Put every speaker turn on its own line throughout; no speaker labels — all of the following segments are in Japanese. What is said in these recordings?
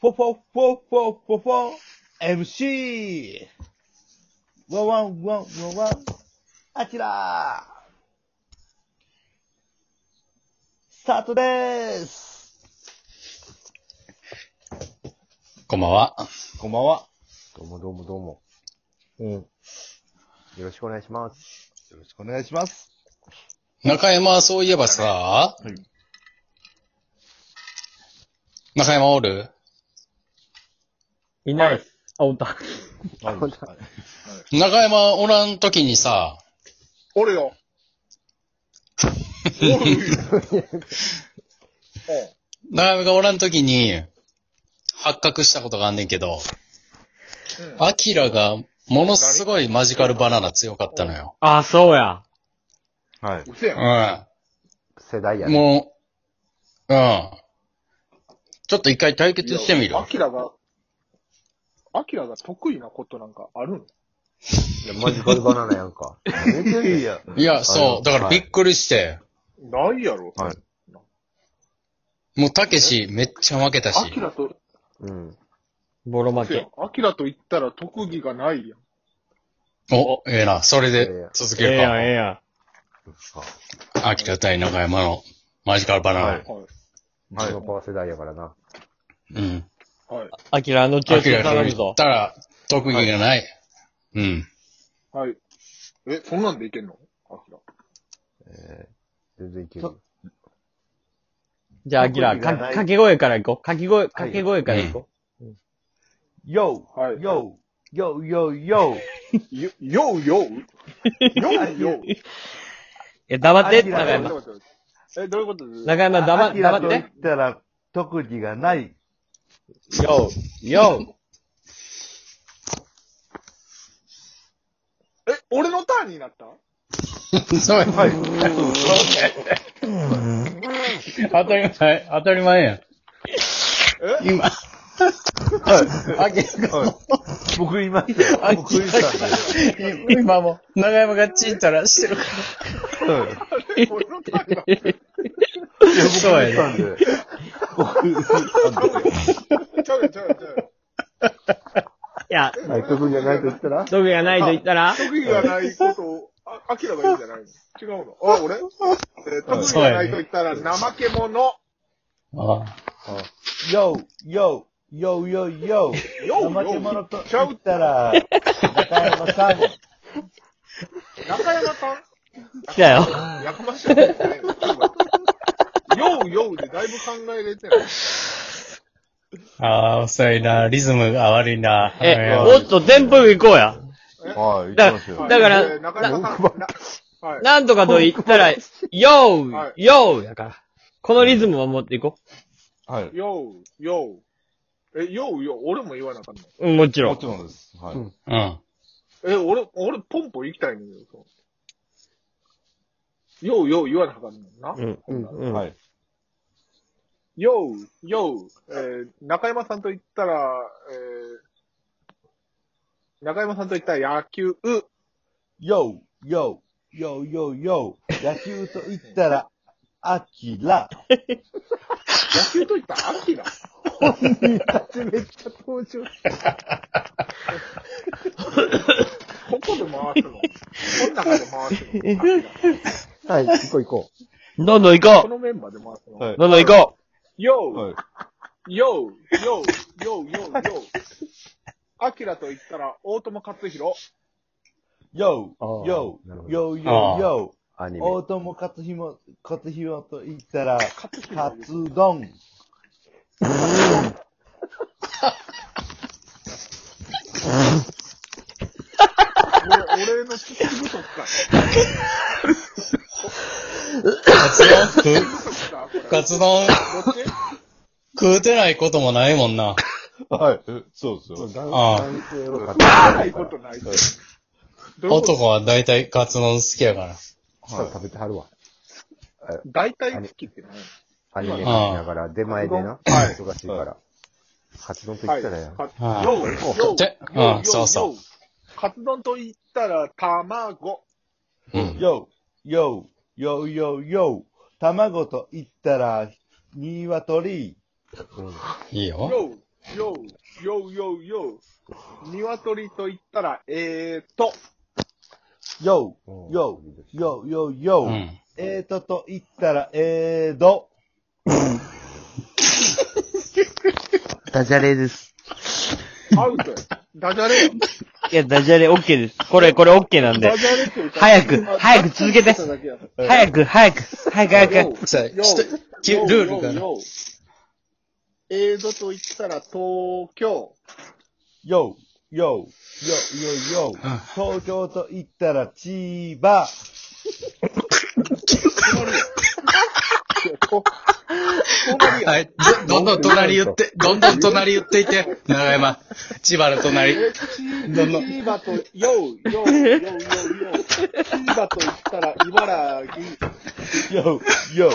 フォフォフォフォフォフォ MC! ワンワンワンワンワン、あちらスタートでーす
こんばんは。
こんばんは。
どうもどうもどうも。
うん。よ
よろしくお願いします。
ろしくお願いします。
中山、そういえばさ、
はい
中山おる
いないです。あ、おった。
あ
本当
中山おらんときにさ、
おるよ。おるよ。
中山がおらんときに、発覚したことがあんねんけど、アキラがものすごいマジカルバナナ強かったのよ。
あ、そうや。
はい。
うせやん。
う
世代や
ん。
ね。
もう、うん。ちょっと一回対決してみる
いや。アキラが、アキラが得意なことなんかあるん
いやマジカルバナナやんか。
めちゃ いいや。
いや、そう。だからびっくりして、
ないやろ。
はい
もうたけしめっちゃ負けたし
ア。キラと、
うん。
ボロ負
せや
け
ん。アキラと言ったら特技がないやん。
お、ええな。それで続
え
け
え
るか
や。ん、ええやん。
秋田対中山のマジカルバナナ。
はい
はい。
はい。のパワー世代やからな。
うん。
はい。
アキラ、後
秋田
々頼
と
む
言っ
ぞ。
たら特技がない。うん。
はい。え、そんなんでいけんのアキラ。
全然いける。
そ
じゃあ、アキラ、か、掛け声から行こう。掛け声、掛け声から行こ
よ
はい
よよよよ
よ、ようよう。ようよう。
う。え、黙って、
アキラ
中山。
え、どういうことです
中山、
ア
黙、
キラ
黙
と
っ。
言ってたら特技がない。
よう、よ
え、俺のターンになった
そうや。はい。当たり前、当たり前やん。今。はい。
僕いましたよ。僕いましたんで。
今も、長山がチンタラしてるか
え、俺のターンになった
ら。そう
い
や
や
ね。
僕
ちゃうやんちゃうやんちゃうやん
う。いや、
はい、特技がないと言ったら
特技がないと言ったら、
特技がないことを、あ、アキラが言うんじゃないの違うのあ、俺えー特技がないと言ったら、怠け者。よ
あ
よよよよよ
うよう
怠け者と
ちゃ
言
う
ったら、中山さん。
中山さん
来たよ。
やかましいことじゃないの。ようようでだいぶ考えれてない。
あー、遅いな。リズムが悪いな。
え、
は
お
い
っと、テンポよく行こうや。
はい、
だから、
えー
だから、
中山さん、なはい。
なんとかと言ったら、よう
はい、
ようやから。このリズムを持っていこ
はい。
ようよう。え、ようよう、俺も言わなあかんの。
う。うん、もちろ
も
ん。
ちろんです。はい。
うん。
え、俺、俺、ポンポ行きたいねんけど。ようよう言わなあかんのな。
うん、うん、うん。
はい。
よう、よう、えー中山さんと言ったら、えー中山さんと言ったら野球、う、
よよよよよ野球と言ったら、アキラ。
野球と言ったらアキラ。
めっちゃ登場。
ここで回すの。この中で回すのアキラ。
はい、行こう行こ
どんどん行
こ
こ。
のメンバーで回すの。
はいう
どんどん行こ
よう、
はい。
よう、よう、よう、よう、よう。アキラと言ったら大友克弘。
よ
あー
よ
なるほど
よよよ
う。アニメ。
大友克弘、克弘と言ったら、
克
カ
弘。
ツ丼。
俺俺の知識不足か。
カツ丼
不足か、これ。
食カツ丼
どっち
食うてないこともないもんな。
はい。そうですよ。
ああ。
男性の方
食わないことない。どういうこと
男は大体カツ丼好きやから。
はい
食べてはるわ。
大体好きって何
アニメ見ながら、出前でな。忙しいから。カツ丼と言
は
っ
い。
たらや。
はい
ようよう
てうん
よう
そうそう
よカツ丼と言ったら、卵。
うん。
よよよよよ卵と言ったら、鶏。
うん。
いいよ。
よう、よう、よう、よう、よう。鶏と言ったら、えーと。
よう、よう、よう、よう、よ
う
う。
ん。
えーとと言ったら、えーど。
ダジャレです。
アウトや。ダジャレや。
いや、ダジャレ OK です。これ、これ OK なんで
ダ。ジャレっていうか
早く早く続けて
ダジャレって言っただ
早く、早く、早く、
けや
早く。
さあ、ひとき
よう
ルールがな
ようようえーどと言ったら、東京。
よう、よう、よう、よう、よう。東京と言ったら、千 葉。
隣や。
はい。どどんどん隣言って、どんどん隣言っていって、長山。千葉の隣。どんどん。
千葉と、よう、よう、よう、よう、よう。千葉と言ったら、茨城。
よう、よう、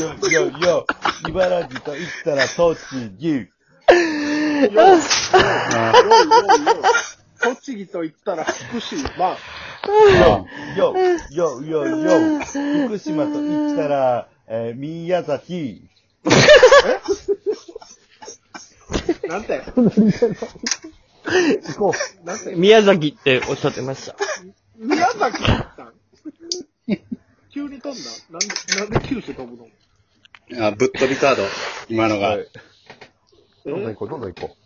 よう、よう、よう。茨城と言ったら、栃木。
よう、よう、よう。栃木と言ったら、福島。
よう、よう、よう、よう。福島と言ったら、えー宮崎。
なんて
行こう。
なんて
宮崎っておっしゃってました。
宮崎だったん急に飛んだなんなんで九州飛ぶの
あ、ぶっ飛びカード。今のが。
どんどん行こう、どんどん行こ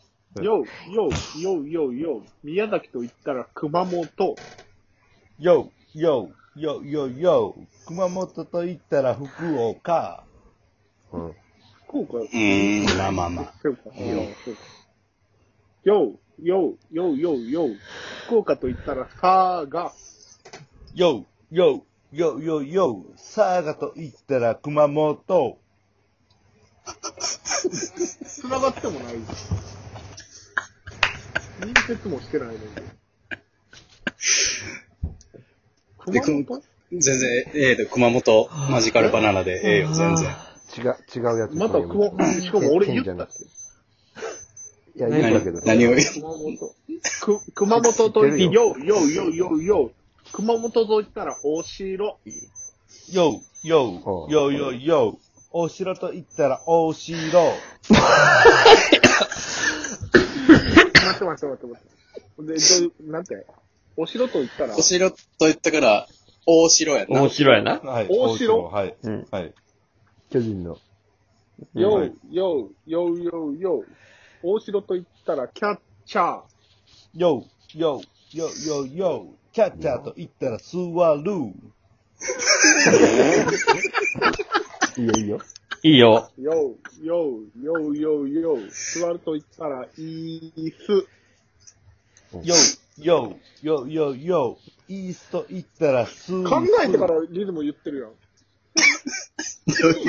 よう、よう、よう、よう、よう。宮崎と言ったら熊本。
よう、よう、よう、よう、よう。熊本と言ったら、福岡。
う。うん。
福岡、
うーん、まあまあまあ。
福岡。よう、よう、よう、よう、よう。福岡と言ったら佐賀。
よう、よう、よう、よう、よう。佐賀と言ったら、熊本。
繋がってもない。隣接もしてないのに。
で
熊本
全然、ええで、熊本、マジカルバナナで、ええよ、全然。
違う、違うやつ。
また
こ
熊
う。
本、しかも俺言
じゃ
った
な
っ
く
け
て。いや、言ったけど。
何何を言う
熊本。く、熊本と言って、よう、よう、よう、よう、よう。熊本と言ったら、お城。
よう、よう、よう、よう、よう。お城と言ったら、お城。
待って待って待って待って。 で、どう、なんてお城と言ったら、
お城と言ったから、大城やな。
面白いな。
はい。
大城
はい
うん。
はい。
巨人の。
よう、よう、よう、よう、よう。大城と言ったら、キャッチャー。
よう、よう、よう、よう、よう。キャッチャーと言ったら、座る。
いいよ、いいよ。
いいよ。
よう、よう、よう、よう、よう。座ると言ったら、椅子。
よう、よう、よう、よう、よう。イースと言ったら、スー。
考えてからリズム言ってるやん。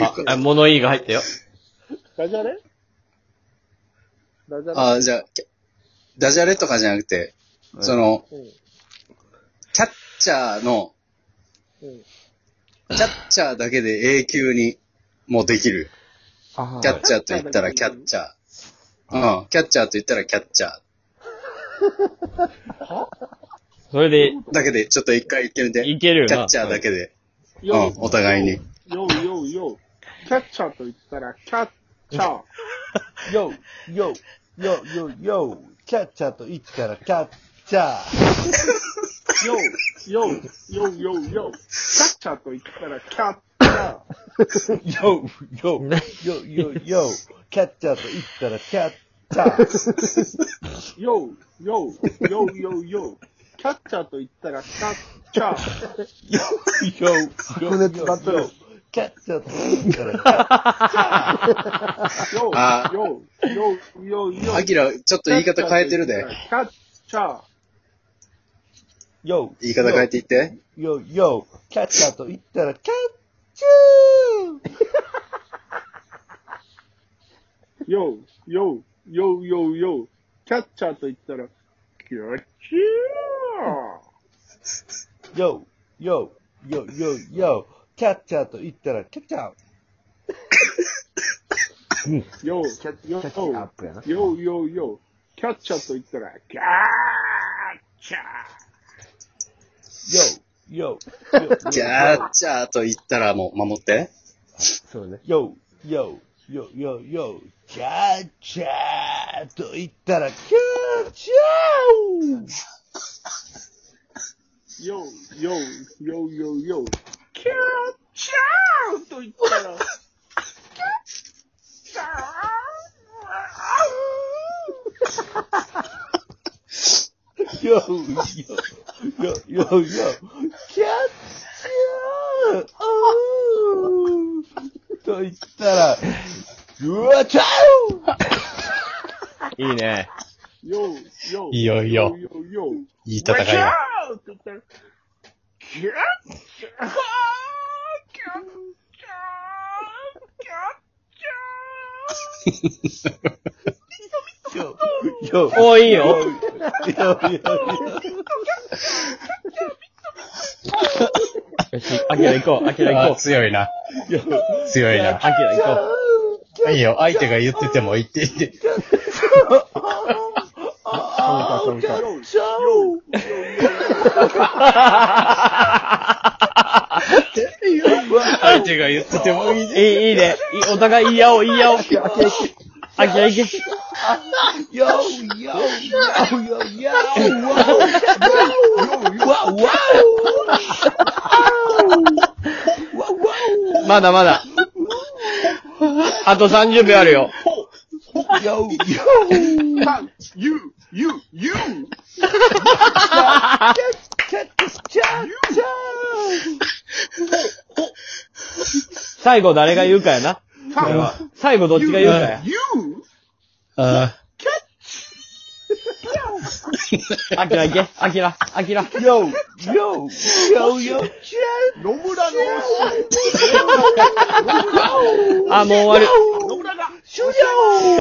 あ、あ物言いが入ったよ。
ダジャレダジャレ
あじゃあ、キャダジャレとかじゃなくて、その、キャッチャーの、
うん。うん。
キャッチャーだけで永久に、もうできる。
あ
キャッチャーと言ったらキャッチャー。うん、キャッチャーと言ったらキャッチャー。
それで、
だけで、ちょっと一回言ってみて。
いけるよな
キャッチャーだけで。うん
よ、う、
お互いに。
ようようよう。キャッチャーと言ったら、キャッチャー。
よう、よう、よう、よう、よう。キャッチャーと言ったら、キャッチャー。
よう、よう、よう、よう、よう。キャッチャーと言ったら、キャッチャ
よう、よう、よう、よう、よう。キャッチャーと言ったら、キャッチャー。
ー。よう、よう、よう、よう、よう。キャッチャーと言ったら、キャッチャー。
よう、よう、よう。白
熱バトル。
キャッチャーと言ったら、キャッチ ャー。
よ
あ
う、よう、よう、よう、よう。
アキラ、ちょっと言い方変えてるで。
キャッチャー。
よう。
言い方変えていって。
よ、よ、キャッチャーと言ったら、キャッチャー
よう、よう、よう、よう、よう。キャッチャーと言ったら、キャッチャー。
よ、よ、よ、よ、よ、キャッチャーと言ったら、キャッチャー
よう、
キャッチ
よう
キャッチアップやな
よう、よう、よう。キャッチャーと言ったら、キャーキャー
よ、よ、よ、
キャッチャーと言ったらもう守って。
そうね。
よ、よ、よ、よ、よ、キャッチャーーと言ったら、キャーチャー
よ、よ、よ、よ、よ、キャーチャーと言ったら、キャッチャー
よ、よ、よ、よ、よ、キャッチャーおーと言ったら、うわ、チャ
いいね。
よ、よ、
いいよいいよ
よ、よ、
いい戦いよ。
よ。と言ったら、キャッチャーキャッチャーキャッチャ
ーよ、
ー
よ、
おーいいよ。
よ、よ、よ。
よし、アキラ行こう、アキラ
あ
行
ー
こ
強いな。強いな
う。。アキラ行こ。
いいよ、相手が言ってても言って言って。
あー、キャッチャー
相手が言っててもいいう
いい、いいね。いお互い言い合おう、言い合おう。アキラ行け。
Yo, yo, yo, yo, yo, wow, wow, wow, wow, wow,
まだまだ。あと30秒あるよ。
yo, yo,
三、ゆ、ゆ、ゆ、
cat, cat, cat,
最後誰が言うかやな。
三、
最後どっちが言うかや。
ゆ、
あ
アキラ行け。アキラ、アキラ。
yo, yo, yo, yo, cat,
野村の
あ、もう終わる。
野村が、
yo.